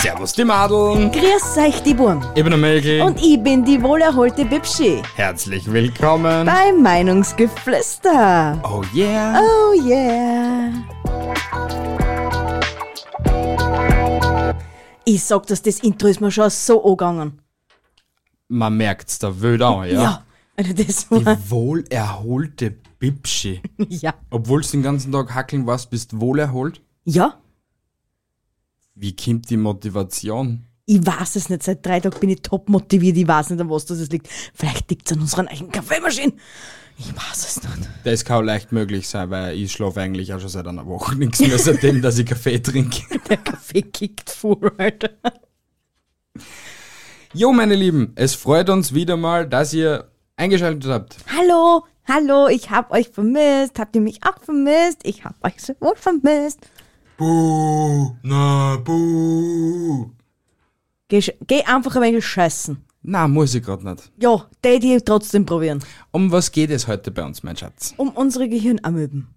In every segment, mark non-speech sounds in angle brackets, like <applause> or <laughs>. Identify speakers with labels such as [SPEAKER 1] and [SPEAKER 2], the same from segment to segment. [SPEAKER 1] Servus die Madeln,
[SPEAKER 2] Grüß euch, die Wurm.
[SPEAKER 1] ich bin der Melki.
[SPEAKER 2] Und ich bin die wohlerholte Bibschi
[SPEAKER 1] herzlich willkommen.
[SPEAKER 2] bei Meinungsgeflüster.
[SPEAKER 1] Oh yeah.
[SPEAKER 2] Oh yeah. Ich sag, dass das Intro ist mir schon so angegangen.
[SPEAKER 1] Man merkt's da wild an, ja.
[SPEAKER 2] Also das war,
[SPEAKER 1] Die wohlerholte Bibschi.
[SPEAKER 2] ja.
[SPEAKER 1] Obwohl's den ganzen Tag hackeln warst, bist wohlerholt.
[SPEAKER 2] Ja,
[SPEAKER 1] Wie kommt die Motivation?
[SPEAKER 2] ich weiß es nicht. Seit drei Tagen bin ich top motiviert. Ich weiß nicht, an was das jetzt liegt. Vielleicht liegt's an unseren eigenen Kaffeemaschinen. Ich weiß es nicht. <laughs>
[SPEAKER 1] Das kann leicht möglich sein, weil ich schlafe eigentlich auch schon seit einer Woche nichts mehr, seitdem, dass ich Kaffee trinke.
[SPEAKER 2] Der Kaffee kickt vor, Alter.
[SPEAKER 1] Jo, meine Lieben, es freut uns wieder mal, dass ihr eingeschaltet habt.
[SPEAKER 2] Hallo, hallo, ich hab euch vermisst. Habt ihr mich auch vermisst? Ich hab euch so wohl vermisst.
[SPEAKER 1] Buh, na, buh.
[SPEAKER 2] Geh, sch- geh einfach ein wenig scheißen.
[SPEAKER 1] Na, muss ich gerade nicht.
[SPEAKER 2] Ja, Daddy trotzdem probieren.
[SPEAKER 1] Um was geht es heute bei uns, mein Schatz?
[SPEAKER 2] Um unsere Gehirnamöben.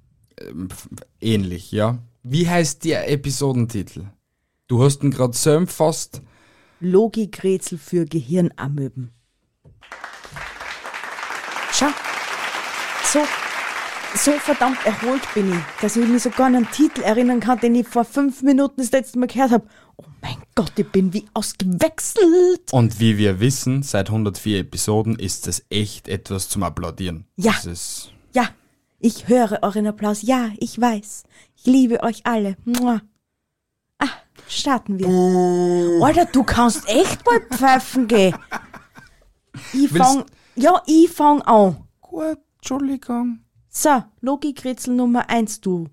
[SPEAKER 1] Ähnlich, ja. Wie heißt der Episodentitel? Du hast ihn gerade so fast.
[SPEAKER 2] Logikrätsel für Gehirnamöben. Schau. So, so verdammt erholt bin ich, dass ich mich sogar an einen Titel erinnern kann, den ich vor fünf Minuten das letzte Mal gehört habe. Oh mein Gott, ich bin wie ausgewechselt.
[SPEAKER 1] Und wie wir wissen, seit 104 Episoden ist es echt etwas zum Applaudieren.
[SPEAKER 2] Ja.
[SPEAKER 1] Das ist
[SPEAKER 2] Ja, ich höre euren Applaus. Ja, ich weiß. Ich liebe euch alle. Mua. Ah, starten wir. Alter, du kannst echt mal pfeifen gehen. Ich
[SPEAKER 1] Willst-
[SPEAKER 2] fang, ja, ich fang an.
[SPEAKER 1] gut, Entschuldigung.
[SPEAKER 2] So, Logikrätsel Nummer eins, du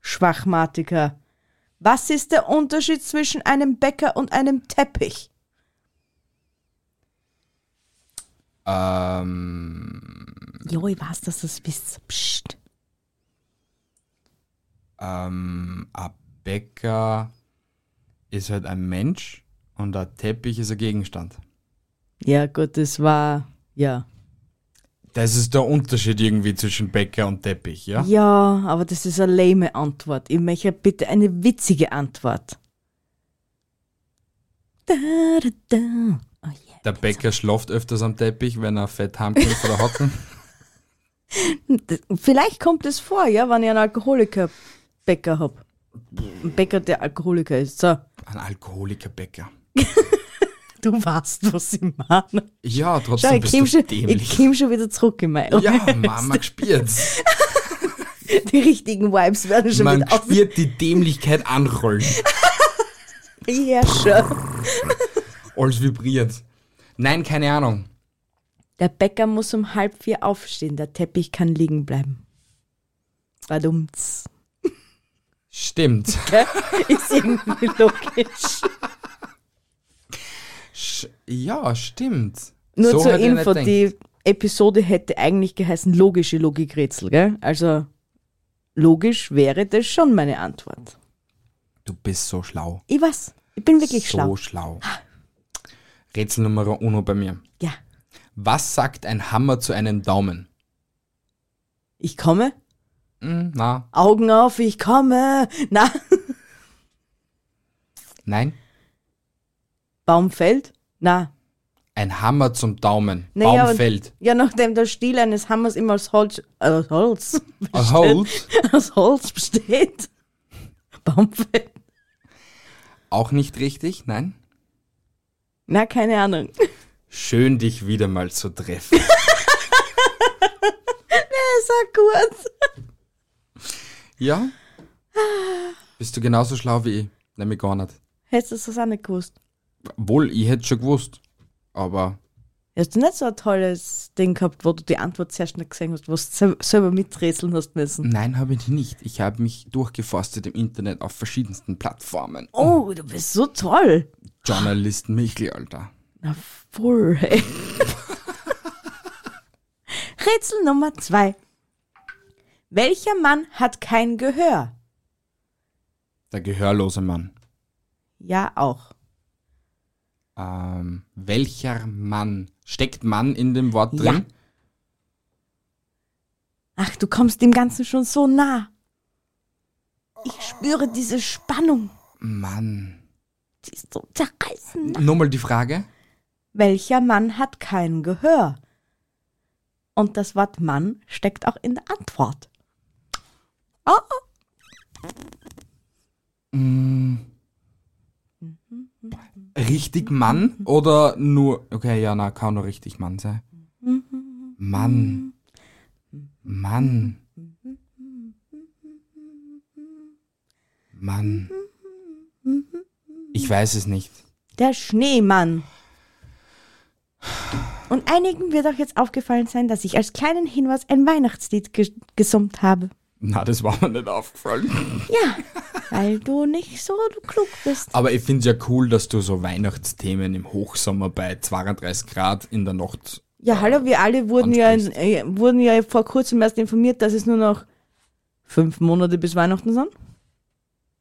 [SPEAKER 2] Schwachmatiker. Was ist der Unterschied zwischen einem Bäcker und einem Teppich?
[SPEAKER 1] Ähm,
[SPEAKER 2] Jo, ich weiß, dass du's wisst. Psst.
[SPEAKER 1] ähm, ein Bäcker ist halt ein Mensch und ein Teppich ist ein Gegenstand.
[SPEAKER 2] Ja, gut, das war, ja.
[SPEAKER 1] Das ist der Unterschied irgendwie zwischen Bäcker und Teppich, ja?
[SPEAKER 2] Ja, aber das ist eine lame Antwort. Ich möchte bitte eine witzige Antwort. Da, da, da. Oh yeah.
[SPEAKER 1] Der Bäcker schlaft öfters am Teppich, wenn er fett heimkommt oder <laughs> hocken.
[SPEAKER 2] Das- Vielleicht kommt es vor, ja, wenn ich einen Alkoholiker-Bäcker habe. Ein Bäcker, der Alkoholiker ist. So,
[SPEAKER 1] Ein Alkoholikerbäcker.
[SPEAKER 2] du weißt, was ich meine.
[SPEAKER 1] Ja,
[SPEAKER 2] Schau,
[SPEAKER 1] trotzdem
[SPEAKER 2] ich
[SPEAKER 1] bist
[SPEAKER 2] komm
[SPEAKER 1] du
[SPEAKER 2] schon, ich
[SPEAKER 1] dämlich.
[SPEAKER 2] komm schon wieder zurück in mein. <laughs>
[SPEAKER 1] Ja, Mama gespielt.
[SPEAKER 2] Die richtigen Vibes werden <laughs> schon
[SPEAKER 1] Man
[SPEAKER 2] wieder auf
[SPEAKER 1] spielt die Dämlichkeit anrollen.
[SPEAKER 2] Ja, schon.
[SPEAKER 1] Alles vibriert. Nein, keine Ahnung.
[SPEAKER 2] Der Bäcker muss um halb vier aufstehen, der Teppich kann liegen bleiben. Badumts.
[SPEAKER 1] Stimmt.
[SPEAKER 2] Gell? <laughs> Ist irgendwie logisch.
[SPEAKER 1] Sch ja, stimmt.
[SPEAKER 2] Nur zur
[SPEAKER 1] hätte ich nicht
[SPEAKER 2] Info,
[SPEAKER 1] gedacht.
[SPEAKER 2] die Episode hätte eigentlich geheißen logische Logikrätsel, gell? Also logisch wäre das schon meine Antwort.
[SPEAKER 1] Du bist so schlau.
[SPEAKER 2] Ich weiß, ich bin wirklich
[SPEAKER 1] so
[SPEAKER 2] schlau.
[SPEAKER 1] schlau. Rätsel Nummer uno bei mir.
[SPEAKER 2] Ja,
[SPEAKER 1] Was sagt ein Hammer zu einem Daumen?
[SPEAKER 2] ich komme,
[SPEAKER 1] Hm, na,
[SPEAKER 2] Augen auf, ich komme. Na, <laughs>
[SPEAKER 1] nein.
[SPEAKER 2] Baum fällt? Na.
[SPEAKER 1] Ein Hammer zum Daumen.
[SPEAKER 2] Naja,
[SPEAKER 1] Baum
[SPEAKER 2] und- <laughs>
[SPEAKER 1] fällt.
[SPEAKER 2] Ja, nachdem der Stiel eines Hammers immer aus Holz, äh, aus Holz, <laughs>
[SPEAKER 1] A hold.
[SPEAKER 2] aus Holz besteht. <laughs> Baum fällt.
[SPEAKER 1] Auch nicht richtig, nein.
[SPEAKER 2] Na, keine Ahnung. <laughs>
[SPEAKER 1] Schön, dich wieder mal zu treffen.
[SPEAKER 2] Ist ja gut.
[SPEAKER 1] <laughs> ja? Bist du genauso schlau wie ich? Nämlich gar nicht.
[SPEAKER 2] Hättest du das auch nicht gewusst?
[SPEAKER 1] Wohl, ich hätte schon gewusst. Aber
[SPEAKER 2] Hast du nicht so ein tolles Ding gehabt, wo du die Antwort sehr schnell gesehen hast, was du sel- selber miträtseln hast müssen?
[SPEAKER 1] nein, habe ich nicht. Ich habe mich durchgeforstet im Internet auf verschiedensten Plattformen.
[SPEAKER 2] Oh, du bist so toll.
[SPEAKER 1] Journalist Michel, Alter.
[SPEAKER 2] Na voll. ey. <laughs> Rätsel Nummer zwei. Welcher Mann hat kein Gehör?
[SPEAKER 1] Der gehörlose Mann.
[SPEAKER 2] Ja, auch.
[SPEAKER 1] Ähm, welcher Mann? Steckt Mann in dem Wort
[SPEAKER 2] Ja.
[SPEAKER 1] drin?
[SPEAKER 2] du kommst dem Ganzen schon so nah. Ich spüre diese Spannung,
[SPEAKER 1] Mann.
[SPEAKER 2] die ist so zerreißend.
[SPEAKER 1] Nochmal die Frage.
[SPEAKER 2] Welcher Mann hat kein Gehör? Und das Wort Mann steckt auch in der Antwort. Oh, oh.
[SPEAKER 1] Mm. Richtig Mann oder nur. Okay, ja, na, kann nur richtig Mann sein. Mann. Mann. Mann. Ich weiß es nicht.
[SPEAKER 2] Der Schneemann. Und einigen wird auch jetzt aufgefallen sein, dass ich als kleinen Hinweis ein Weihnachtslied ge gesummt habe.
[SPEAKER 1] Na, das war mir nicht aufgefallen.
[SPEAKER 2] Ja, weil du nicht so klug bist.
[SPEAKER 1] Aber ich finde es ja cool, dass du so Weihnachtsthemen im Hochsommer bei 32 Grad in der Nacht.
[SPEAKER 2] Ja, hallo, wir alle wurden ja, in, äh, wurden ja vor kurzem erst informiert, dass es nur noch fünf Monate bis Weihnachten sind.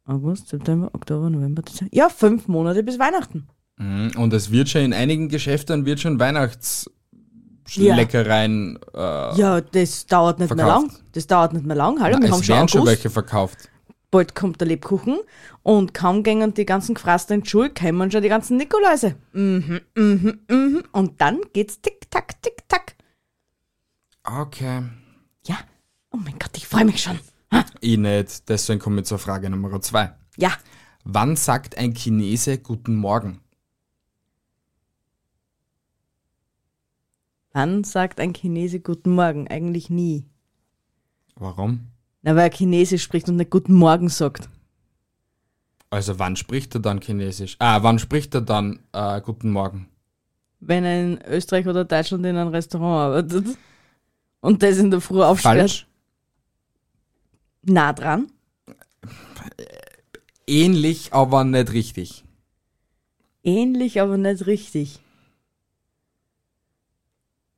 [SPEAKER 2] August, September, Oktober, November, Dezember. Ja, fünf Monate bis Weihnachten.
[SPEAKER 1] Mhm, Und es wird schon in einigen Geschäften wird schon
[SPEAKER 2] Ja.
[SPEAKER 1] Weihnachtsleckereien. Äh,
[SPEAKER 2] Ja, das dauert nicht mehr
[SPEAKER 1] Verkauft.
[SPEAKER 2] lang. Das dauert nicht mehr lang. Hallo, wir
[SPEAKER 1] na,
[SPEAKER 2] haben
[SPEAKER 1] es
[SPEAKER 2] schon
[SPEAKER 1] werden
[SPEAKER 2] August.
[SPEAKER 1] schon welche verkauft.
[SPEAKER 2] Bald kommt der Lebkuchen und kaum gingen die ganzen Gefrasten in die Schule, kämen schon die ganzen Nikoläuse. Mhm, mhm, mhm. Und dann geht's tick-tack, tick-tack.
[SPEAKER 1] Ah, Okay.
[SPEAKER 2] Ja, oh mein Gott, ich freue mich schon.
[SPEAKER 1] Ich nicht. Deswegen komme ich zur Frage Nummer zwei.
[SPEAKER 2] Ja,
[SPEAKER 1] Wann sagt ein Chinese Guten Morgen?
[SPEAKER 2] wann sagt ein Chinese Guten Morgen? Eigentlich nie.
[SPEAKER 1] Warum?
[SPEAKER 2] Na, weil er Chinesisch spricht und nicht Guten Morgen sagt.
[SPEAKER 1] Also wann spricht er dann Chinesisch? Ah, wann spricht er dann äh, Guten Morgen?
[SPEAKER 2] Wenn er in Österreich oder Deutschland in einem Restaurant arbeitet und das in der Früh aufsperrt.
[SPEAKER 1] Falsch.
[SPEAKER 2] Nah dran.
[SPEAKER 1] Ähnlich, aber nicht richtig.
[SPEAKER 2] Ähnlich, aber nicht richtig.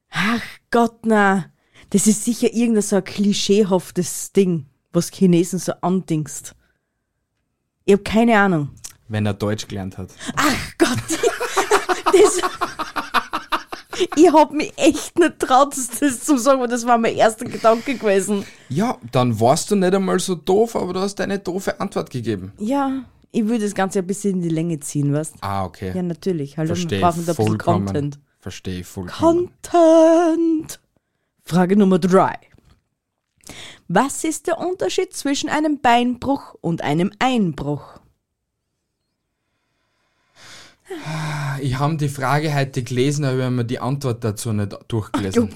[SPEAKER 2] Ach Gott, na. Das ist sicher irgendein so ein klischeehaftes Ding, was Chinesen so andingst. Ich hab keine Ahnung.
[SPEAKER 1] Wenn er Deutsch gelernt hat.
[SPEAKER 2] Ach Gott. <laughs> Das, ich hab mich echt nicht traut, das zu sagen, weil das war mein erster Gedanke gewesen.
[SPEAKER 1] Ja, dann warst du nicht einmal so doof, aber du hast eine doofe Antwort gegeben.
[SPEAKER 2] Ja, ich würde das Ganze ein bisschen in die Länge ziehen, weißt
[SPEAKER 1] Ah, okay.
[SPEAKER 2] Ja, natürlich. Hallo, wir
[SPEAKER 1] Verstehe
[SPEAKER 2] Also brauchen da ein bisschen
[SPEAKER 1] vollkommen.
[SPEAKER 2] Content.
[SPEAKER 1] Verstehe vollkommen.
[SPEAKER 2] Content! Frage Nummer drei. Was ist der Unterschied zwischen einem Beinbruch und einem Einbruch?
[SPEAKER 1] Ah, ich habe die Frage heute gelesen, aber ich habe mir die Antwort dazu nicht durchgelesen.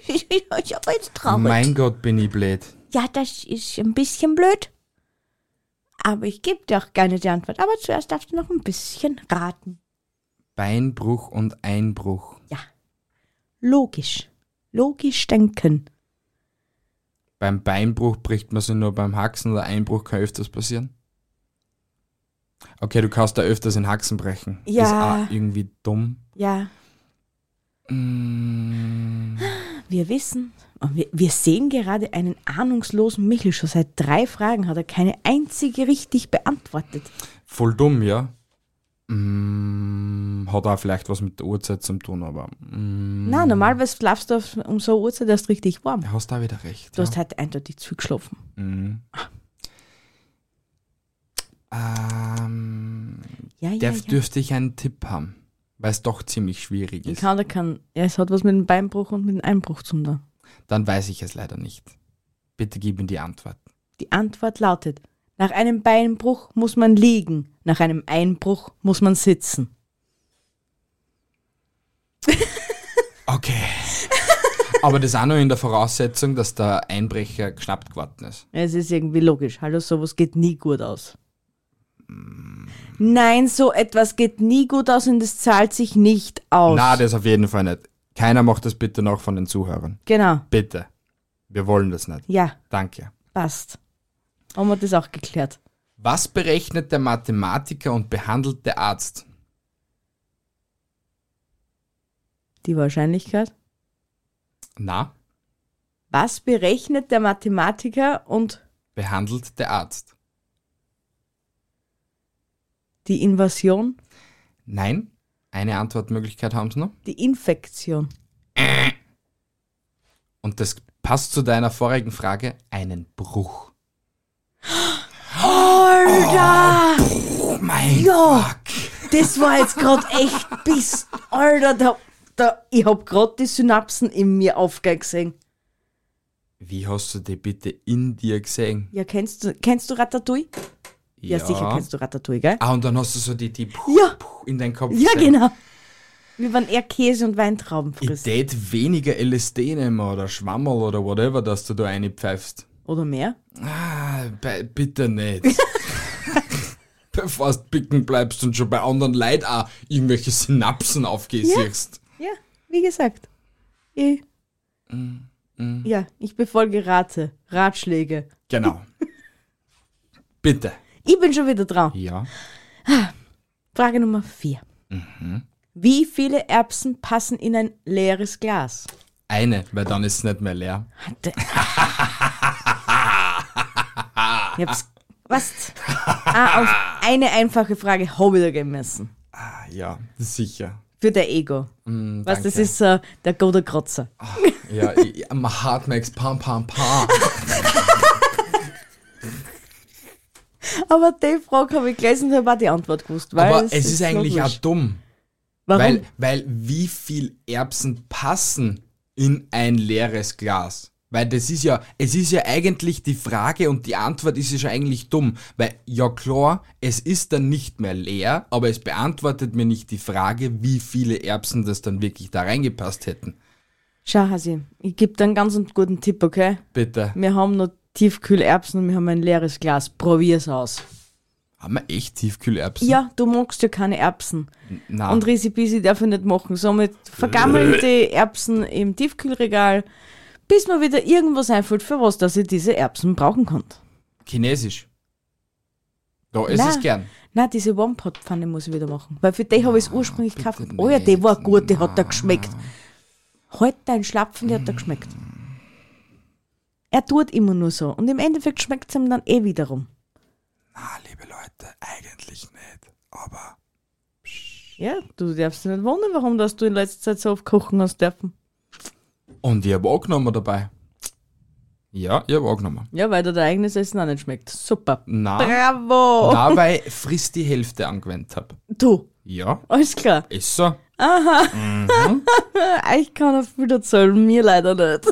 [SPEAKER 2] <laughs> ich habe jetzt traurig.
[SPEAKER 1] mein Gott, bin ich blöd.
[SPEAKER 2] Ja, das ist ein bisschen blöd. Aber ich gebe dir auch gerne die Antwort. Aber zuerst darfst du noch ein bisschen raten.
[SPEAKER 1] Beinbruch und Einbruch.
[SPEAKER 2] Ja. Logisch. Logisch denken.
[SPEAKER 1] Beim Beinbruch bricht man sich nur beim Haxen oder Einbruch kann öfters passieren. Okay, du kannst da öfters in Haxen brechen.
[SPEAKER 2] Ja.
[SPEAKER 1] Ist auch irgendwie dumm.
[SPEAKER 2] Ja.
[SPEAKER 1] Mm,
[SPEAKER 2] Wir wissen, und wir, wir sehen gerade einen ahnungslosen Michel. Schon seit drei Fragen hat er keine einzige richtig beantwortet.
[SPEAKER 1] voll dumm, ja. Mm, hat auch vielleicht was mit der Uhrzeit zu tun, aber. Mm,
[SPEAKER 2] Na, normalerweise schlafst du auf, um so eine Uhrzeit erst richtig warm.
[SPEAKER 1] du hast da wieder recht.
[SPEAKER 2] Du
[SPEAKER 1] ja.
[SPEAKER 2] hast heute eindeutig zugeschlafen.
[SPEAKER 1] Mhm. Ähm,
[SPEAKER 2] Ja, ja,
[SPEAKER 1] darf,
[SPEAKER 2] ja.
[SPEAKER 1] Dürfte ich einen Tipp haben? Weil es doch ziemlich schwierig
[SPEAKER 2] Ich
[SPEAKER 1] ist.
[SPEAKER 2] kann, ich kann. Ja, es hat was mit dem Beinbruch und mit dem Einbruch zu tun.
[SPEAKER 1] Dann weiß ich es leider nicht. Bitte gib mir die Antwort.
[SPEAKER 2] Die Antwort lautet, nach einem Beinbruch muss man liegen, nach einem Einbruch muss man sitzen.
[SPEAKER 1] Okay. <laughs> Aber das auch nur in der Voraussetzung, dass der Einbrecher geschnappt geworden ist.
[SPEAKER 2] Es ist irgendwie logisch. Hallo, sowas geht nie gut aus. Nein, so etwas geht nie gut aus und es zahlt sich nicht aus.
[SPEAKER 1] Na, das auf jeden Fall nicht. Keiner macht das bitte noch von den Zuhörern.
[SPEAKER 2] genau.
[SPEAKER 1] Bitte. Wir wollen das nicht.
[SPEAKER 2] Ja,
[SPEAKER 1] Danke.
[SPEAKER 2] passt. Haben wir das auch geklärt.
[SPEAKER 1] Was berechnet der Mathematiker und behandelt der Arzt?
[SPEAKER 2] Die Wahrscheinlichkeit.
[SPEAKER 1] Na,
[SPEAKER 2] Was berechnet der Mathematiker und
[SPEAKER 1] behandelt der Arzt.
[SPEAKER 2] die Invasion?
[SPEAKER 1] Nein, eine Antwortmöglichkeit haben sie noch.
[SPEAKER 2] Die Infektion.
[SPEAKER 1] Und das passt zu deiner vorigen Frage, einen Bruch.
[SPEAKER 2] Alter!
[SPEAKER 1] Oh mein
[SPEAKER 2] Ja.
[SPEAKER 1] Fuck.
[SPEAKER 2] Das war jetzt gerade
[SPEAKER 1] <laughs>
[SPEAKER 2] echt bis. Alter, da, da, ich hab gerade die Synapsen in mir aufgehen gesehen.
[SPEAKER 1] Wie hast du die bitte in dir gesehen?
[SPEAKER 2] Ja, kennst du, kennst du Ratatouille? Ja, sicher kennst du Ratatouille, gell?
[SPEAKER 1] Ah, und dann hast du so die, die puh,
[SPEAKER 2] Ja.
[SPEAKER 1] puh, in deinen Kopf.
[SPEAKER 2] Ja,
[SPEAKER 1] gesehen.
[SPEAKER 2] genau. Wir waren eher Käse und Weintrauben
[SPEAKER 1] Ich
[SPEAKER 2] frisst.
[SPEAKER 1] tät weniger LSD nehmen oder Schwammerl oder whatever, dass du da reinpfeifst.
[SPEAKER 2] Oder mehr?
[SPEAKER 1] Ah, bei, bitte
[SPEAKER 2] <laughs>
[SPEAKER 1] nicht. Bevor du picken bleibst und schon bei anderen Leuten auch irgendwelche Synapsen aufgesichst.
[SPEAKER 2] Ja, wie gesagt. Ich, Ja, ich befolge Rate, Ratschläge. <laughs>
[SPEAKER 1] Genau. bitte.
[SPEAKER 2] Ich bin schon wieder dran.
[SPEAKER 1] Ja.
[SPEAKER 2] Frage Nummer 4. Wie viele Erbsen passen in ein leeres Glas?
[SPEAKER 1] Eine, weil dann ist es nicht mehr leer.
[SPEAKER 2] Hatte. Ich hab's. Was? Ah, auf eine einfache Frage habe ich da gehen müssen.
[SPEAKER 1] Ah, ja, sicher.
[SPEAKER 2] Für der Ego.
[SPEAKER 1] Mm,
[SPEAKER 2] Was, das
[SPEAKER 1] danke.
[SPEAKER 2] ist so der gute Krotzer.
[SPEAKER 1] <laughs> Ja, ich, ich- mein Heart makes pam pam pam.
[SPEAKER 2] Aber die Frage habe ich gelesen und habe auch die Antwort gewusst. Weil
[SPEAKER 1] Aber es ist, eigentlich
[SPEAKER 2] noch
[SPEAKER 1] auch
[SPEAKER 2] wurscht.
[SPEAKER 1] dumm.
[SPEAKER 2] Warum?
[SPEAKER 1] Weil, weil wie viel Erbsen passen in ein leeres Glas? Weil das ist ja, es ist ja eigentlich die Frage und die Antwort ist ja schon eigentlich dumm. Weil, ja klar, es ist dann nicht mehr leer, aber es beantwortet mir nicht die Frage, wie viele Erbsen das dann wirklich da reingepasst hätten.
[SPEAKER 2] Schau, Hasi, ich gebe dir einen ganz und guten Tipp, okay?
[SPEAKER 1] Bitte.
[SPEAKER 2] Wir haben noch Tiefkühlerbsen und wir haben ein leeres Glas. Probier's aus.
[SPEAKER 1] Haben wir echt Tiefkühlerbsen?
[SPEAKER 2] Ja, du magst ja keine Erbsen.
[SPEAKER 1] Na,
[SPEAKER 2] Und Risi Bisi darf ich nicht machen. Somit vergammeln
[SPEAKER 1] Äh.
[SPEAKER 2] die Erbsen im Tiefkühlregal, bis mir wieder irgendwas einfällt, für was dass ich diese Erbsen brauchen kann.
[SPEAKER 1] Chinesisch. Da ist
[SPEAKER 2] Na.
[SPEAKER 1] es gern.
[SPEAKER 2] Nein, diese One-Pot-Pfanne muss ich wieder machen, weil für die habe ich es ursprünglich gekauft.
[SPEAKER 1] bitte
[SPEAKER 2] Oh ja, die war
[SPEAKER 1] nicht.
[SPEAKER 2] gut, die hat da geschmeckt. Halt dein Schlapfen, die hat da geschmeckt. Er tut immer nur so und im Endeffekt schmeckt es ihm dann eh wiederum.
[SPEAKER 1] Na, Ah, liebe Leute, eigentlich nicht. Aber
[SPEAKER 2] Ja, du darfst dich nicht wundern, warum dass du in letzter Zeit so oft kochen hast dürfen.
[SPEAKER 1] Und ich habe angenommen dabei. Ja, ich habe angenommen.
[SPEAKER 2] Ja, weil dir dein eigenes Essen auch nicht schmeckt. Super.
[SPEAKER 1] Nein,
[SPEAKER 2] Bravo!
[SPEAKER 1] dabei frisst die Hälfte angewendet habe.
[SPEAKER 2] Du,
[SPEAKER 1] Ja,
[SPEAKER 2] alles klar.
[SPEAKER 1] ist so.
[SPEAKER 2] Ich kann auf wieder zahlen, mir leider nicht.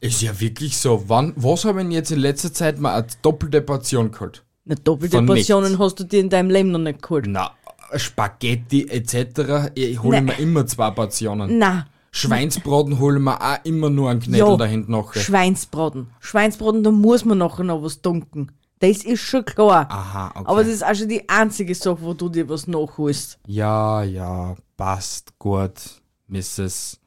[SPEAKER 1] Ist ja wirklich so. Wann, was habe ich denn jetzt in letzter Zeit mal eine doppelte Portion geholt?
[SPEAKER 2] Eine doppelte
[SPEAKER 1] Von
[SPEAKER 2] Portionen
[SPEAKER 1] nichts.
[SPEAKER 2] hast du dir in deinem Leben noch nicht geholt.
[SPEAKER 1] Na, Spaghetti etc. Ich hole
[SPEAKER 2] Nein.
[SPEAKER 1] mir immer zwei Portionen.
[SPEAKER 2] Na,
[SPEAKER 1] Schweinsbraten hole ich mir auch immer nur einen Knödel
[SPEAKER 2] Ja.
[SPEAKER 1] da hinten noch.
[SPEAKER 2] Schweinsbraten. Schweinsbraten, da muss man nachher noch was dunken. Das ist schon klar.
[SPEAKER 1] Aha, okay.
[SPEAKER 2] Aber das ist auch schon die einzige Sache, wo du dir was nachholst.
[SPEAKER 1] ja, ja, passt gut. Mrs.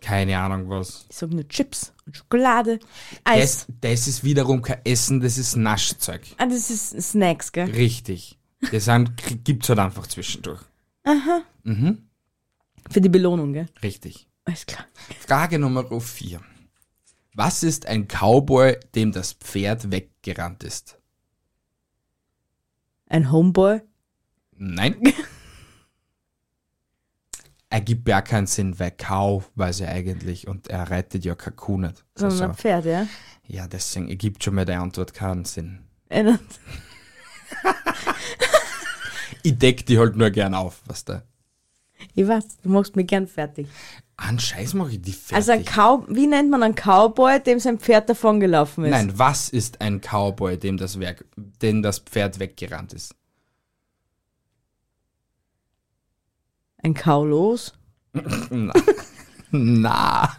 [SPEAKER 1] Keine Ahnung was.
[SPEAKER 2] Ich sag nur Chips und Schokolade,
[SPEAKER 1] Das,
[SPEAKER 2] Eis.
[SPEAKER 1] das ist wiederum kein Essen, das ist Naschzeug.
[SPEAKER 2] Ah, das ist Snacks, gell?
[SPEAKER 1] Richtig. Das sind- k- gibt's halt einfach zwischendurch.
[SPEAKER 2] Für die Belohnung, gell?
[SPEAKER 1] Richtig.
[SPEAKER 2] Alles klar.
[SPEAKER 1] Frage Nummer 4. Was ist ein Cowboy, dem das Pferd weggerannt ist?
[SPEAKER 2] Ein Homeboy?
[SPEAKER 1] Nein. Ergibt ja keinen Sinn, weil Cow weiß er eigentlich und er reitet ja kein Kuh nicht.
[SPEAKER 2] Sondern
[SPEAKER 1] Also,
[SPEAKER 2] ein Pferd, ja?
[SPEAKER 1] ja, deswegen ergibt schon mal die Antwort keinen Sinn.
[SPEAKER 2] Ein-
[SPEAKER 1] Ich deck die halt nur gern auf, was da.
[SPEAKER 2] <laughs> Ich weiß, du machst mich gern fertig.
[SPEAKER 1] An Scheiß mache ich die fertig.
[SPEAKER 2] Also ein Cow, wie nennt man einen Cowboy, dem sein Pferd davongelaufen ist?
[SPEAKER 1] Nein, was ist ein Cowboy, dem das, Werk, dem das Pferd weggerannt ist? <laughs>
[SPEAKER 2] Ein Kaulos?
[SPEAKER 1] Na,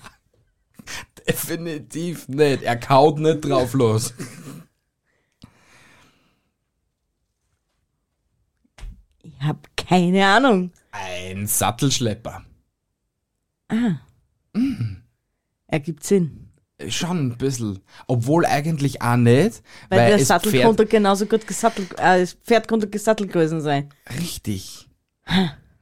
[SPEAKER 1] definitiv nicht. Er kaut nicht drauf los.
[SPEAKER 2] Ich hab keine Ahnung.
[SPEAKER 1] Ein Sattelschlepper.
[SPEAKER 2] Ergibt Sinn.
[SPEAKER 1] Schon ein bisschen. Obwohl eigentlich auch nicht, weil,
[SPEAKER 2] Weil, der
[SPEAKER 1] es
[SPEAKER 2] Sattel
[SPEAKER 1] Pferd...
[SPEAKER 2] konnte genauso gut gesattelt, äh, das Pferd konnte gesattelt gewesen sein.
[SPEAKER 1] Richtig.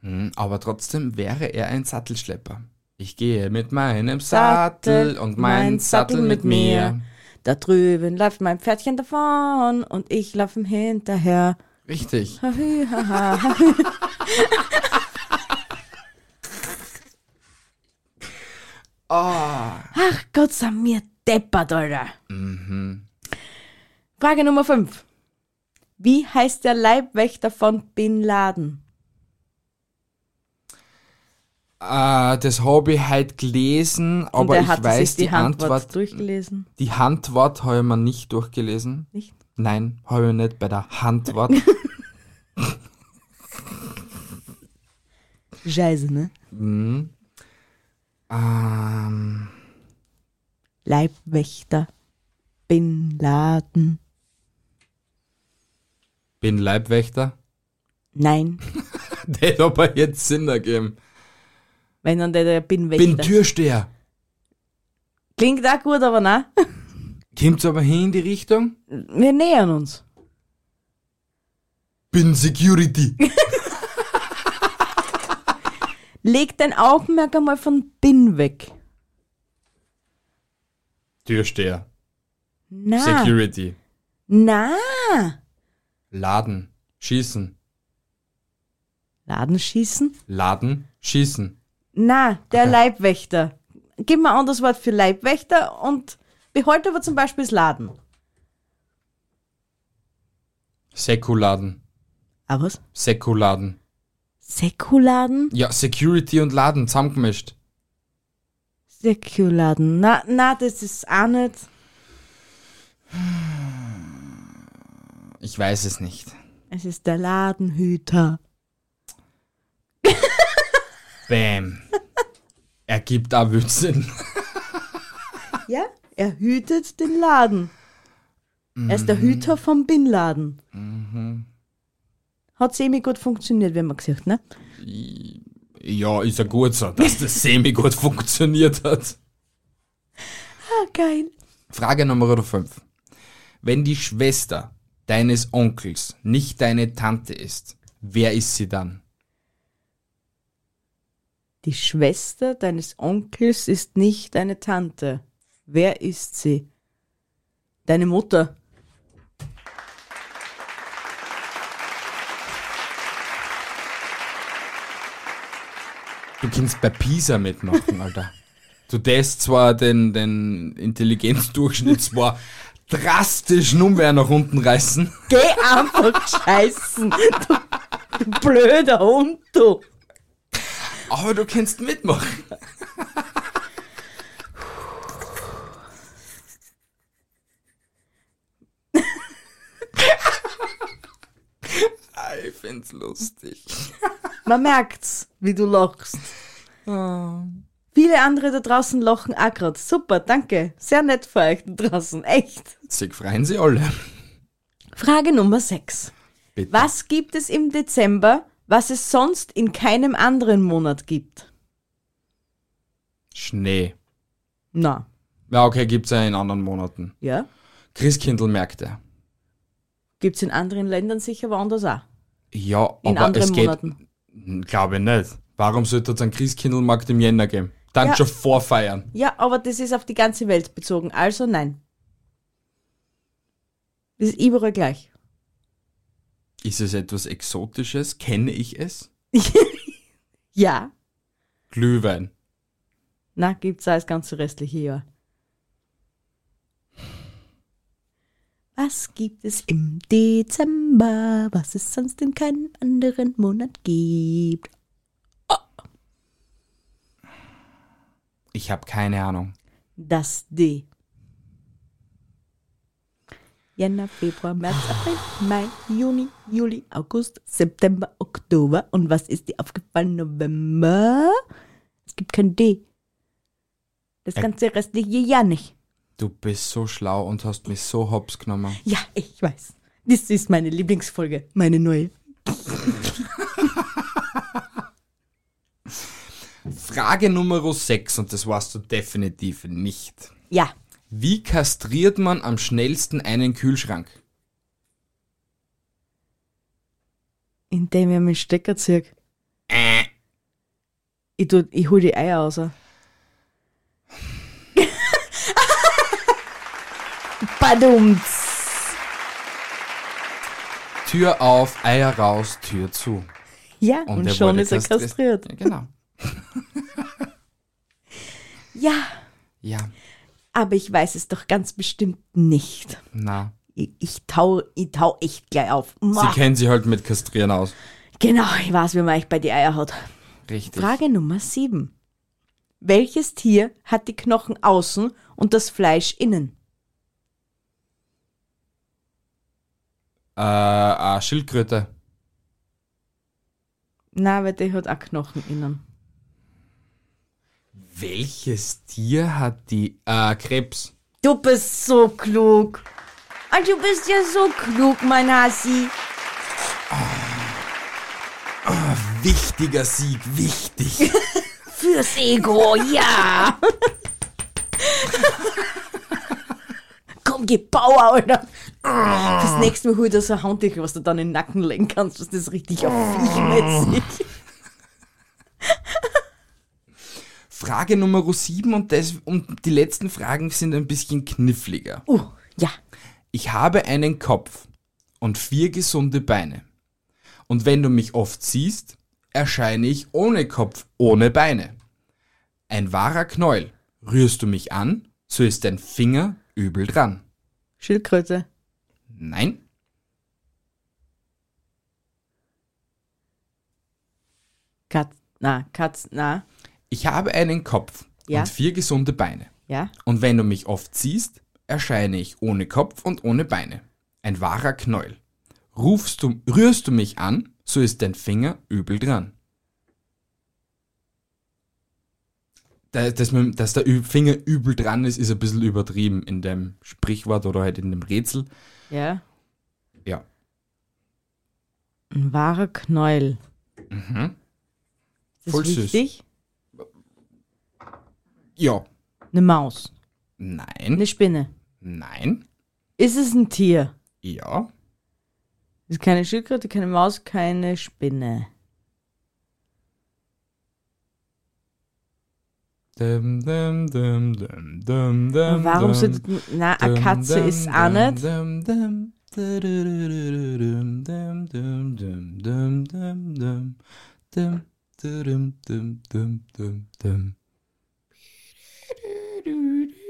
[SPEAKER 1] Hm, Aber trotzdem wäre er ein Sattelschlepper. Ich gehe mit meinem Sattel, und mein Sattel mit mir.
[SPEAKER 2] Da drüben läuft mein Pferdchen davon und ich laufe ihm hinterher.
[SPEAKER 1] Richtig.
[SPEAKER 2] Hü, ha, ha, ha.
[SPEAKER 1] <laughs> Ah, Ah.
[SPEAKER 2] Ach Gott sei mir deppert, Alter.
[SPEAKER 1] Mhm.
[SPEAKER 2] Frage Nummer 5. Wie heißt der Leibwächter von Bin Laden?
[SPEAKER 1] Äh, das habe ich halt gelesen,
[SPEAKER 2] Und
[SPEAKER 1] aber
[SPEAKER 2] er
[SPEAKER 1] ich
[SPEAKER 2] hat
[SPEAKER 1] weiß
[SPEAKER 2] sich die,
[SPEAKER 1] die
[SPEAKER 2] Antwort,
[SPEAKER 1] Antwort.
[SPEAKER 2] durchgelesen.
[SPEAKER 1] Die Handwort habe ich mir nicht durchgelesen.
[SPEAKER 2] Nicht?
[SPEAKER 1] Nein, habe ich nicht bei der
[SPEAKER 2] <laughs>
[SPEAKER 1] Handwort.
[SPEAKER 2] Scheiße, ne?
[SPEAKER 1] mhm. ähm,
[SPEAKER 2] Leibwächter Bin Laden.
[SPEAKER 1] bin Leibwächter. <laughs>
[SPEAKER 2] Nein,
[SPEAKER 1] Der hat aber jetzt Sinn ergeben.
[SPEAKER 2] wenn dann der, der Bin
[SPEAKER 1] Bin
[SPEAKER 2] Wächter.
[SPEAKER 1] Türsteher.
[SPEAKER 2] Klingt auch gut, aber nein.
[SPEAKER 1] Kommt's aber hin in die Richtung?
[SPEAKER 2] Wir nähern uns.
[SPEAKER 1] Bin Security.
[SPEAKER 2] <laughs> Leg dein Augenmerk einmal von Bin weg.
[SPEAKER 1] Türsteher.
[SPEAKER 2] Na,
[SPEAKER 1] Security.
[SPEAKER 2] na.
[SPEAKER 1] Laden. Schießen.
[SPEAKER 2] Laden schießen?
[SPEAKER 1] Laden. Schießen.
[SPEAKER 2] Na, der
[SPEAKER 1] Okay.
[SPEAKER 2] Leibwächter. Gib mir ein anderes Wort für Leibwächter und behalte aber zum Beispiel das Laden.
[SPEAKER 1] Sekuladen.
[SPEAKER 2] Ah, was?
[SPEAKER 1] Sekuladen.
[SPEAKER 2] Säkuladen?
[SPEAKER 1] Ja, Security und Laden zusammengemischt.
[SPEAKER 2] Säkuladen. Na, na, das ist auch nicht.
[SPEAKER 1] Ich weiß es nicht.
[SPEAKER 2] Es ist der Ladenhüter.
[SPEAKER 1] Bam. Ergibt auch wild Sinn.
[SPEAKER 2] Ja? Er hütet den Laden. Er ist der Hüter vom Bin Laden. Hat semi gut funktioniert, wenn man gesagt, ne?
[SPEAKER 1] Ja, ist ja gut so, dass das semi gut funktioniert hat.
[SPEAKER 2] Ah, geil.
[SPEAKER 1] Frage Nummer 5. Wenn die Schwester deines Onkels nicht deine Tante ist, wer ist sie dann?
[SPEAKER 2] Die Schwester deines Onkels ist nicht deine Tante. Wer ist sie? Deine Mutter.
[SPEAKER 1] Du kannst bei Pisa mitmachen, Alter. Du test zwar den, den Intelligenzdurchschnitt zwar drastischen Umwehr nach unten reißen,
[SPEAKER 2] Geh <laughs> einfach scheißen. Du, du blöder Hund, du.
[SPEAKER 1] aber du kannst mitmachen. Ah, ich find's lustig.
[SPEAKER 2] Man merkt's, wie du lachst. Oh. Viele andere da draußen lachen auch grad. Super, danke. Sehr nett für euch da draußen. Echt.
[SPEAKER 1] Sich freuen sie alle.
[SPEAKER 2] Frage Nummer 6.
[SPEAKER 1] Bitte.
[SPEAKER 2] Was gibt es im Dezember, was es sonst in keinem anderen Monat gibt?
[SPEAKER 1] Schnee.
[SPEAKER 2] Na,
[SPEAKER 1] Ja, okay, gibt's ja in anderen Monaten.
[SPEAKER 2] ja.
[SPEAKER 1] Christkindlmärkte.
[SPEAKER 2] Gibt's in anderen Ländern sicher woanders auch.
[SPEAKER 1] Ja,
[SPEAKER 2] In
[SPEAKER 1] aber
[SPEAKER 2] anderen
[SPEAKER 1] es geht.
[SPEAKER 2] Monaten.
[SPEAKER 1] Glaube ich nicht. Warum sollte es einen Christkindlmarkt im Jänner geben? Dann
[SPEAKER 2] Ja.
[SPEAKER 1] schon vorfeiern.
[SPEAKER 2] Ja, aber das ist auf die ganze Welt bezogen. Also nein. Das ist überall gleich.
[SPEAKER 1] Ist es etwas Exotisches? Kenne ich es?
[SPEAKER 2] Ja.
[SPEAKER 1] Glühwein.
[SPEAKER 2] Na, gibt's auch das ganze restliche Jahr. Was gibt es im Dezember, was es sonst in keinem anderen Monat gibt?
[SPEAKER 1] Ich habe keine Ahnung.
[SPEAKER 2] Das D. Jänner, Februar, März, April, Mai, Juni, Juli, August, September, Oktober. Und was ist dir aufgefallen? November? Es gibt kein D. Das
[SPEAKER 1] Ä-
[SPEAKER 2] ganze restliche Jahr nicht.
[SPEAKER 1] Du bist so schlau und hast mich so hops genommen.
[SPEAKER 2] Ja, ich weiß. Das ist meine Lieblingsfolge, meine neue.
[SPEAKER 1] Frage Nummer 6 und das warst du definitiv nicht.
[SPEAKER 2] Ja,
[SPEAKER 1] Wie kastriert man am schnellsten einen Kühlschrank?
[SPEAKER 2] indem ich meinen Stecker ziehe. Ich, tu, ich hol die Eier <laughs> raus. Badums.
[SPEAKER 1] Tür auf, Eier raus, Tür zu.
[SPEAKER 2] Ja, und,
[SPEAKER 1] er
[SPEAKER 2] schon
[SPEAKER 1] wurde genau.
[SPEAKER 2] ist er
[SPEAKER 1] kastri-
[SPEAKER 2] kastriert.
[SPEAKER 1] Ja, genau.
[SPEAKER 2] Ja,
[SPEAKER 1] Ja.
[SPEAKER 2] Aber ich weiß es doch ganz bestimmt nicht.
[SPEAKER 1] Na.
[SPEAKER 2] Ich, ich, tau, ich tau echt gleich auf.
[SPEAKER 1] Sie
[SPEAKER 2] Mua.
[SPEAKER 1] kennen sich halt mit Kastrieren aus.
[SPEAKER 2] Genau, ich weiß, wie man euch bei die Eier hat.
[SPEAKER 1] Richtig.
[SPEAKER 2] Frage Nummer 7. Welches Tier hat die Knochen außen und das Fleisch innen?
[SPEAKER 1] Äh, äh, Schildkröte.
[SPEAKER 2] Na, weil die hat auch Knochen innen.
[SPEAKER 1] Welches Tier hat die äh, Krebs?
[SPEAKER 2] Du bist so klug. Und du bist ja so klug, mein Hasi.
[SPEAKER 1] Wichtiger Sieg, wichtig.
[SPEAKER 2] Fürs Ego, ja. Komm, geh Bauer, Alter. Das nächste Mal hol dir so ein Handtuch, was du dann in den Nacken legen kannst, dass das richtig auf viechmäßig.
[SPEAKER 1] Frage Nummer 7 und, das, und die letzten Fragen sind ein bisschen kniffliger.
[SPEAKER 2] Uh, ja.
[SPEAKER 1] Ich habe einen Kopf und vier gesunde Beine. Und wenn du mich oft siehst, erscheine ich ohne Kopf, ohne Beine. Ein wahrer Knäuel. Rührst du mich an, so ist dein Finger übel dran.
[SPEAKER 2] Schildkröte.
[SPEAKER 1] Nein?
[SPEAKER 2] Katz, na, Katz, na,
[SPEAKER 1] Ich habe einen Kopf
[SPEAKER 2] Ja.
[SPEAKER 1] und vier gesunde Beine.
[SPEAKER 2] ja.
[SPEAKER 1] Und wenn du mich oft siehst, erscheine ich ohne Kopf und ohne Beine. Ein wahrer Knäuel. Rufst du, rührst du mich an, so ist dein Finger übel dran. Da- Dass, man, dass der Ü- Finger übel dran ist, ist ein bisschen übertrieben in dem Sprichwort oder halt in dem Rätsel.
[SPEAKER 2] Ja.
[SPEAKER 1] Ja.
[SPEAKER 2] Ein wahrer Knäuel.
[SPEAKER 1] Mhm.
[SPEAKER 2] Ist das
[SPEAKER 1] Voll süß.
[SPEAKER 2] wichtig?
[SPEAKER 1] Ja.
[SPEAKER 2] Eine Maus.
[SPEAKER 1] Nein.
[SPEAKER 2] Eine Spinne.
[SPEAKER 1] Nein.
[SPEAKER 2] Ist es ein Tier?
[SPEAKER 1] Ja.
[SPEAKER 2] Ist keine Schildkröte, keine Maus, keine Spinne.
[SPEAKER 1] Dum, dum, dum, dum, dum, dum,
[SPEAKER 2] Warum
[SPEAKER 1] dum.
[SPEAKER 2] sind. Na, eine Katze ist auch nicht.
[SPEAKER 1] Ein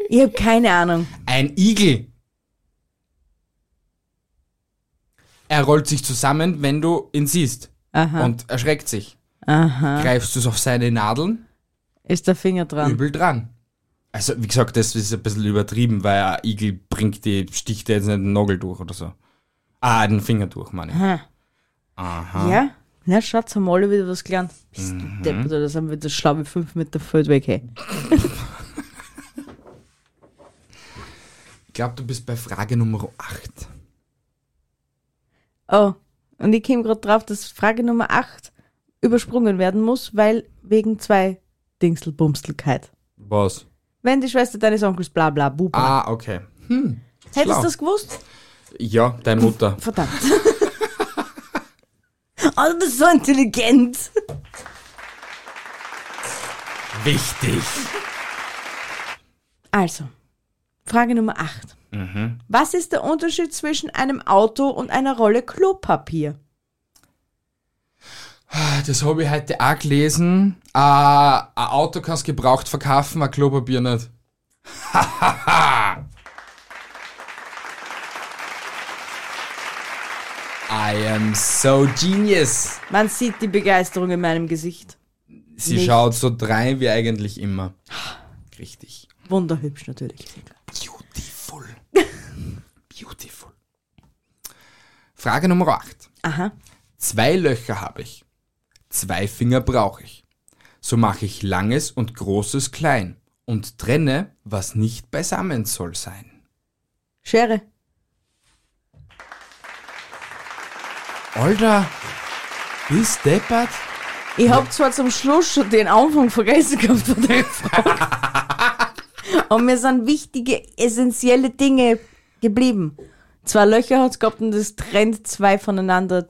[SPEAKER 2] Ich habe keine Ahnung.
[SPEAKER 1] Igel. Er rollt sich zusammen, wenn du ihn siehst
[SPEAKER 2] Aha.
[SPEAKER 1] und erschreckt sich.
[SPEAKER 2] aha.
[SPEAKER 1] Greifst du es auf seine Nadeln,
[SPEAKER 2] Ist der Finger dran?
[SPEAKER 1] übel dran. Also, wie gesagt, das ist ein bisschen übertrieben, weil ein Igel bringt die, sticht dir jetzt nicht den Nagel durch oder so. Ah, den Finger durch, meine ich.
[SPEAKER 2] Aha.
[SPEAKER 1] Aha.
[SPEAKER 2] Ja? Na, schaut, haben alle wieder was gelernt. Bist
[SPEAKER 1] Mhm.
[SPEAKER 2] du deppert oder das haben wir das schlaue 5 Meter Feld weg, hey.
[SPEAKER 1] Ich glaube, du bist bei Frage Nummer 8.
[SPEAKER 2] Oh, und ich käme gerade drauf, dass Frage Nummer 8 übersprungen werden muss, weil wegen zwei Dingselbumstelkeit.
[SPEAKER 1] Was?
[SPEAKER 2] Wenn die Schwester deines Onkels bla bla buba.
[SPEAKER 1] Ah, okay. Hm.
[SPEAKER 2] Hättest
[SPEAKER 1] schlau.
[SPEAKER 2] du das gewusst?
[SPEAKER 1] Ja, deine Mutter.
[SPEAKER 2] Verdammt. <laughs> oh, du bist so intelligent.
[SPEAKER 1] Wichtig.
[SPEAKER 2] Also, Frage Nummer 8.
[SPEAKER 1] Mhm.
[SPEAKER 2] Was ist der Unterschied zwischen einem Auto und einer Rolle Klopapier?
[SPEAKER 1] Ah, Das habe ich heute auch gelesen. Äh, ein Auto kannst gebraucht verkaufen, ein Klopapier nicht. <laughs> Hahaha. I am so genius.
[SPEAKER 2] Man sieht die Begeisterung in meinem Gesicht.
[SPEAKER 1] Sie
[SPEAKER 2] Nicht.
[SPEAKER 1] schaut so drein wie eigentlich immer. Richtig.
[SPEAKER 2] Wunderhübsch natürlich.
[SPEAKER 1] Beautiful. Beautiful. Frage Nummer 8.
[SPEAKER 2] Aha.
[SPEAKER 1] Zwei Löcher habe ich. Zwei Finger brauche ich. So mache ich langes und großes klein und trenne, was nicht beisammen soll sein.
[SPEAKER 2] Schere.
[SPEAKER 1] Alter, bist deppert?
[SPEAKER 2] Ich hab zwar zum Schluss schon den Anfang vergessen gehabt von der Frage. <laughs> Und mir sind wichtige, essentielle Dinge geblieben. Zwei Löcher hat's gehabt und das trennt zwei voneinander,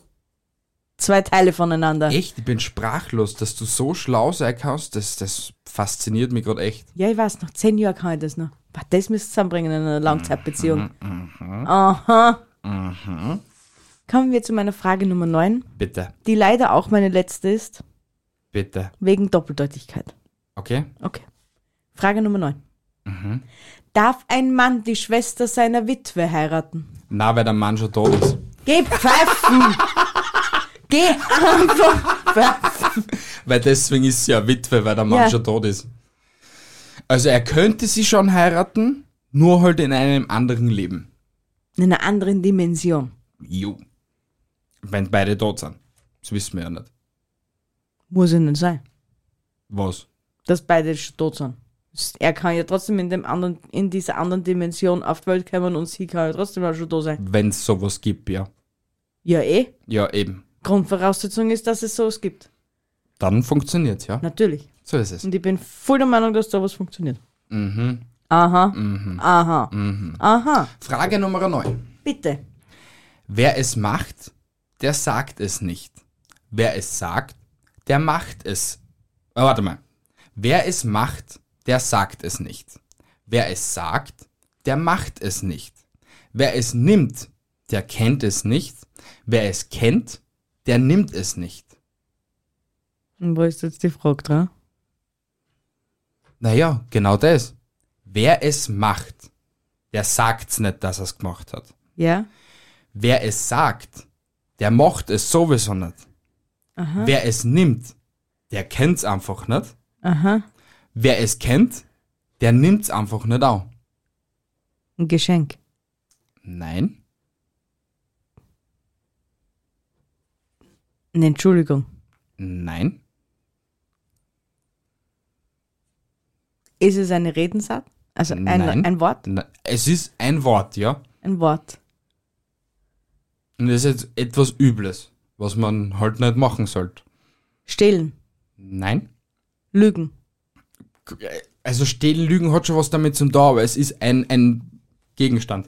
[SPEAKER 2] zwei Teile voneinander.
[SPEAKER 1] Echt, ich bin sprachlos, dass du so schlau sein kannst. Das, das fasziniert mich gerade echt.
[SPEAKER 2] Ja, ich weiß, nach zehn Jahren kann ich das noch. Boah, Das müsst ihr zusammenbringen in einer Langzeitbeziehung. mhm. Aha. Mhm. Kommen wir zu meiner Frage Nummer 9,
[SPEAKER 1] Bitte,
[SPEAKER 2] die leider auch meine letzte ist,
[SPEAKER 1] bitte.
[SPEAKER 2] wegen Doppeldeutigkeit.
[SPEAKER 1] Okay?
[SPEAKER 2] Okay. Frage Nummer 9. Darf ein Mann die Schwester seiner Witwe heiraten?
[SPEAKER 1] Na, weil der Mann schon tot ist.
[SPEAKER 2] Geh pfeifen! Geh einfach pfeifen!
[SPEAKER 1] Weil deswegen ist sie ja Witwe, weil der Mann
[SPEAKER 2] Ja.
[SPEAKER 1] schon tot ist. Also er könnte sie schon heiraten, nur halt in einem anderen Leben.
[SPEAKER 2] In einer anderen Dimension.
[SPEAKER 1] Jo. Wenn beide tot sind. Das wissen wir ja nicht.
[SPEAKER 2] Muss ja nicht sein,
[SPEAKER 1] Was?
[SPEAKER 2] dass beide schon tot sind. Er kann ja trotzdem in, dem anderen, in dieser anderen Dimension auf die Welt kommen und sie kann ja trotzdem auch schon da sein.
[SPEAKER 1] Wenn es sowas gibt, ja.
[SPEAKER 2] Ja, eh.
[SPEAKER 1] Ja, eben.
[SPEAKER 2] Grundvoraussetzung ist, dass es sowas gibt.
[SPEAKER 1] Dann funktioniert's, ja.
[SPEAKER 2] Natürlich.
[SPEAKER 1] So ist es.
[SPEAKER 2] Und ich bin voll der Meinung, dass da was funktioniert.
[SPEAKER 1] Mhm.
[SPEAKER 2] Aha. Aha. Aha.
[SPEAKER 1] Frage Nummer 9.
[SPEAKER 2] Bitte.
[SPEAKER 1] Wer es macht, der sagt es nicht. Wer es sagt, der macht es. Oh, warte mal. Wer es macht, der sagt es nicht. Wer es sagt, der macht es nicht. Wer es nimmt, der kennt es nicht. Wer es kennt, der nimmt es nicht.
[SPEAKER 2] Und wo ist jetzt die Frage dran?
[SPEAKER 1] Naja, genau das. Wer es macht, der sagt's nicht, dass er's gemacht hat.
[SPEAKER 2] Ja?
[SPEAKER 1] Wer es sagt, der macht es sowieso nicht.
[SPEAKER 2] Aha.
[SPEAKER 1] Wer es nimmt, der kennt's einfach nicht.
[SPEAKER 2] Aha.
[SPEAKER 1] Wer es kennt, der nimmt's einfach nicht auch.
[SPEAKER 2] Ein Geschenk.
[SPEAKER 1] Nein,
[SPEAKER 2] Eine Entschuldigung.
[SPEAKER 1] nein,
[SPEAKER 2] Ist es eine Redensart? Also ein,
[SPEAKER 1] Nein.
[SPEAKER 2] ein Wort?
[SPEAKER 1] na- es ist ein Wort, ja.
[SPEAKER 2] Ein Wort.
[SPEAKER 1] Und das ist jetzt etwas Übles, was man halt nicht machen sollte.
[SPEAKER 2] Stehlen.
[SPEAKER 1] Nein.
[SPEAKER 2] Lügen.
[SPEAKER 1] Also stehlen, lügen hat schon was damit zum tun, aber es ist ein, ein Gegenstand.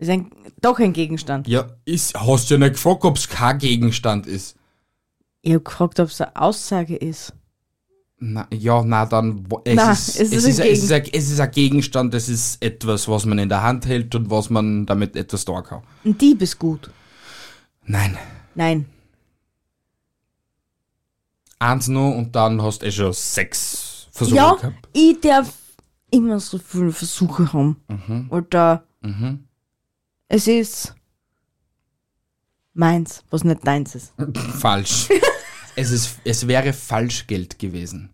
[SPEAKER 2] Ist ein, doch ein Gegenstand.
[SPEAKER 1] Ja, ist, hast ja nicht gefragt, ob's kein Gegenstand ist.
[SPEAKER 2] Ich habe gefragt, ob es eine Aussage ist.
[SPEAKER 1] Na, ja, na dann, wo- es,
[SPEAKER 2] Na,
[SPEAKER 1] ist,
[SPEAKER 2] es
[SPEAKER 1] es,
[SPEAKER 2] ist
[SPEAKER 1] ist,
[SPEAKER 2] ein
[SPEAKER 1] ein- es, ist ein, es ist ein Gegenstand, es ist etwas, was man in der Hand hält und was man damit etwas da kann.
[SPEAKER 2] Ein Dieb ist gut.
[SPEAKER 1] Nein,
[SPEAKER 2] Nein.
[SPEAKER 1] eins nur und dann hast du eh schon sechs Versuche
[SPEAKER 2] ja,
[SPEAKER 1] gehabt.
[SPEAKER 2] ich darf immer so viele Versuche haben. Oder
[SPEAKER 1] Mhm.
[SPEAKER 2] es ist meins, was nicht deins ist.
[SPEAKER 1] <laughs> Falsch. es, ist, es wäre Falschgeld gewesen.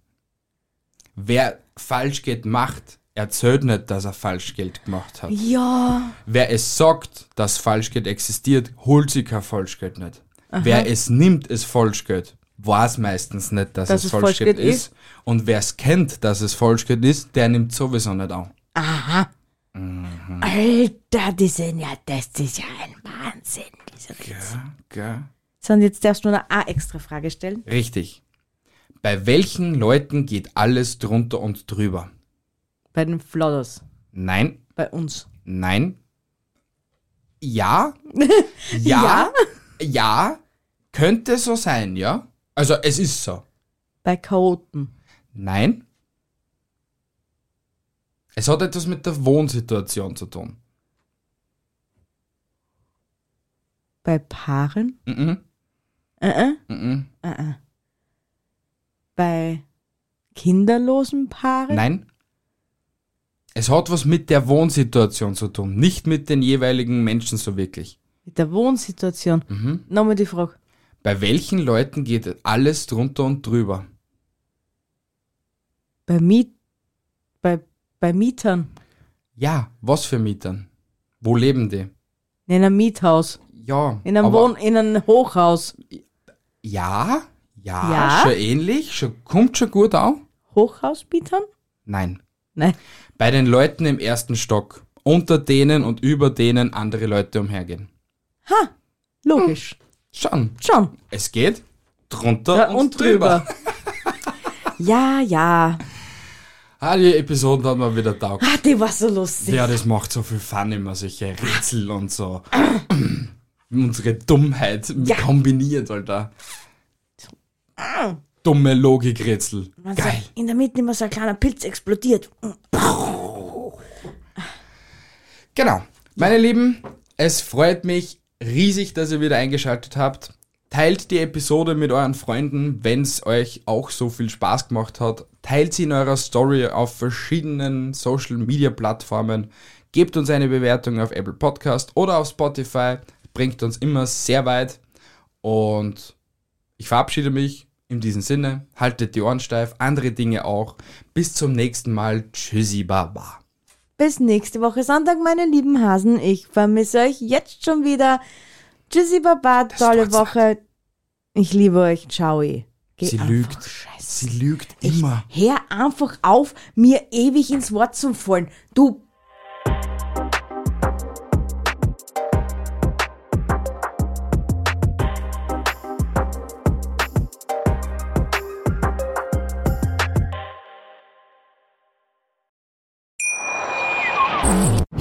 [SPEAKER 1] Wer Falschgeld macht, erzählt nicht, dass er Falschgeld gemacht hat.
[SPEAKER 2] Ja.
[SPEAKER 1] Wer es sagt, dass Falschgeld existiert, holt sich kein Falschgeld nicht. Wer es nimmt, es Falschgeld. Weiß meistens nicht, dass, es Falschgeld ist. Und wer es kennt, dass es Falschgeld ist, der nimmt sowieso nicht an.
[SPEAKER 2] Alter, die sind ja, das ist ja ein Wahnsinn. Diese Rätsel.
[SPEAKER 1] Gell?
[SPEAKER 2] So, und jetzt darfst du noch eine extra Frage stellen.
[SPEAKER 1] Richtig. Bei welchen Leuten geht alles drunter und drüber?
[SPEAKER 2] Bei den Flodders.
[SPEAKER 1] Nein,
[SPEAKER 2] Bei uns.
[SPEAKER 1] nein, <laughs> ja, ja, ja, könnte so sein, ja? Also es ist so.
[SPEAKER 2] Bei Chaoten.
[SPEAKER 1] Nein. Es hat etwas mit der Wohnsituation zu tun.
[SPEAKER 2] Bei Paaren.
[SPEAKER 1] Mhm.
[SPEAKER 2] Äh, äh,
[SPEAKER 1] Mhm.
[SPEAKER 2] äh, äh. Bei kinderlosen Paaren.
[SPEAKER 1] Nein. Es hat was mit der Wohnsituation zu tun, nicht mit den jeweiligen Menschen so wirklich.
[SPEAKER 2] Mit der Wohnsituation.
[SPEAKER 1] Mhm.
[SPEAKER 2] Nochmal die Frage.
[SPEAKER 1] Bei welchen Leuten geht alles drunter und drüber?
[SPEAKER 2] Bei, Miet bei, bei Mietern.
[SPEAKER 1] Ja, was für Mietern? Wo leben die?
[SPEAKER 2] In einem Miethaus.
[SPEAKER 1] Ja.
[SPEAKER 2] In einem,
[SPEAKER 1] aber-
[SPEAKER 2] Wohn in einem Hochhaus.
[SPEAKER 1] Ja, ja,
[SPEAKER 2] Ja?
[SPEAKER 1] schon ähnlich, schon, kommt schon gut auch?
[SPEAKER 2] Hochhausmietern?
[SPEAKER 1] Nein.
[SPEAKER 2] Nein.
[SPEAKER 1] Bei den Leuten im ersten Stock, unter denen und über denen andere Leute umhergehen.
[SPEAKER 2] Logisch.
[SPEAKER 1] Hm. Schon.
[SPEAKER 2] Schon.
[SPEAKER 1] Es geht drunter
[SPEAKER 2] Ja,
[SPEAKER 1] und, drüber.
[SPEAKER 2] <laughs> ja, ja.
[SPEAKER 1] <laughs> Ah, die Episoden haben wir wieder taugt.
[SPEAKER 2] Ah, die war so lustig.
[SPEAKER 1] Ja, das macht so viel Fun immer, solche Rätsel und so. Unsere Dummheit
[SPEAKER 2] Ja.
[SPEAKER 1] kombiniert, Alter. Ah. Dumme Logikrätsel.
[SPEAKER 2] Man
[SPEAKER 1] Geil.
[SPEAKER 2] sagt, in der Mitte immer so ein kleiner Pilz explodiert.
[SPEAKER 1] Genau. Meine Lieben, es freut mich riesig, dass ihr wieder eingeschaltet habt. Teilt die Episode mit euren Freunden, wenn es euch auch so viel Spaß gemacht hat. teilt sie in eurer Story auf verschiedenen Social Media Plattformen, gebt uns eine Bewertung auf Apple Podcast oder auf Spotify, bringt uns immer sehr weit und ich verabschiede mich in diesem Sinne, haltet die Ohren steif, andere Dinge auch. Bis zum nächsten Mal. Tschüssi, Baba.
[SPEAKER 2] Bis nächste Woche Sonntag, meine lieben Hasen. Ich vermisse euch jetzt schon wieder. Tschüssi, Baba. Tolle
[SPEAKER 1] tut's
[SPEAKER 2] Woche. Ich liebe euch. Ciao. eh. Geh
[SPEAKER 1] Sie
[SPEAKER 2] einfach
[SPEAKER 1] lügt.
[SPEAKER 2] scheißen.
[SPEAKER 1] Sie lügt immer.
[SPEAKER 2] Hör einfach auf, mir ewig ins Wort zu fallen. Du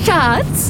[SPEAKER 3] Schatz,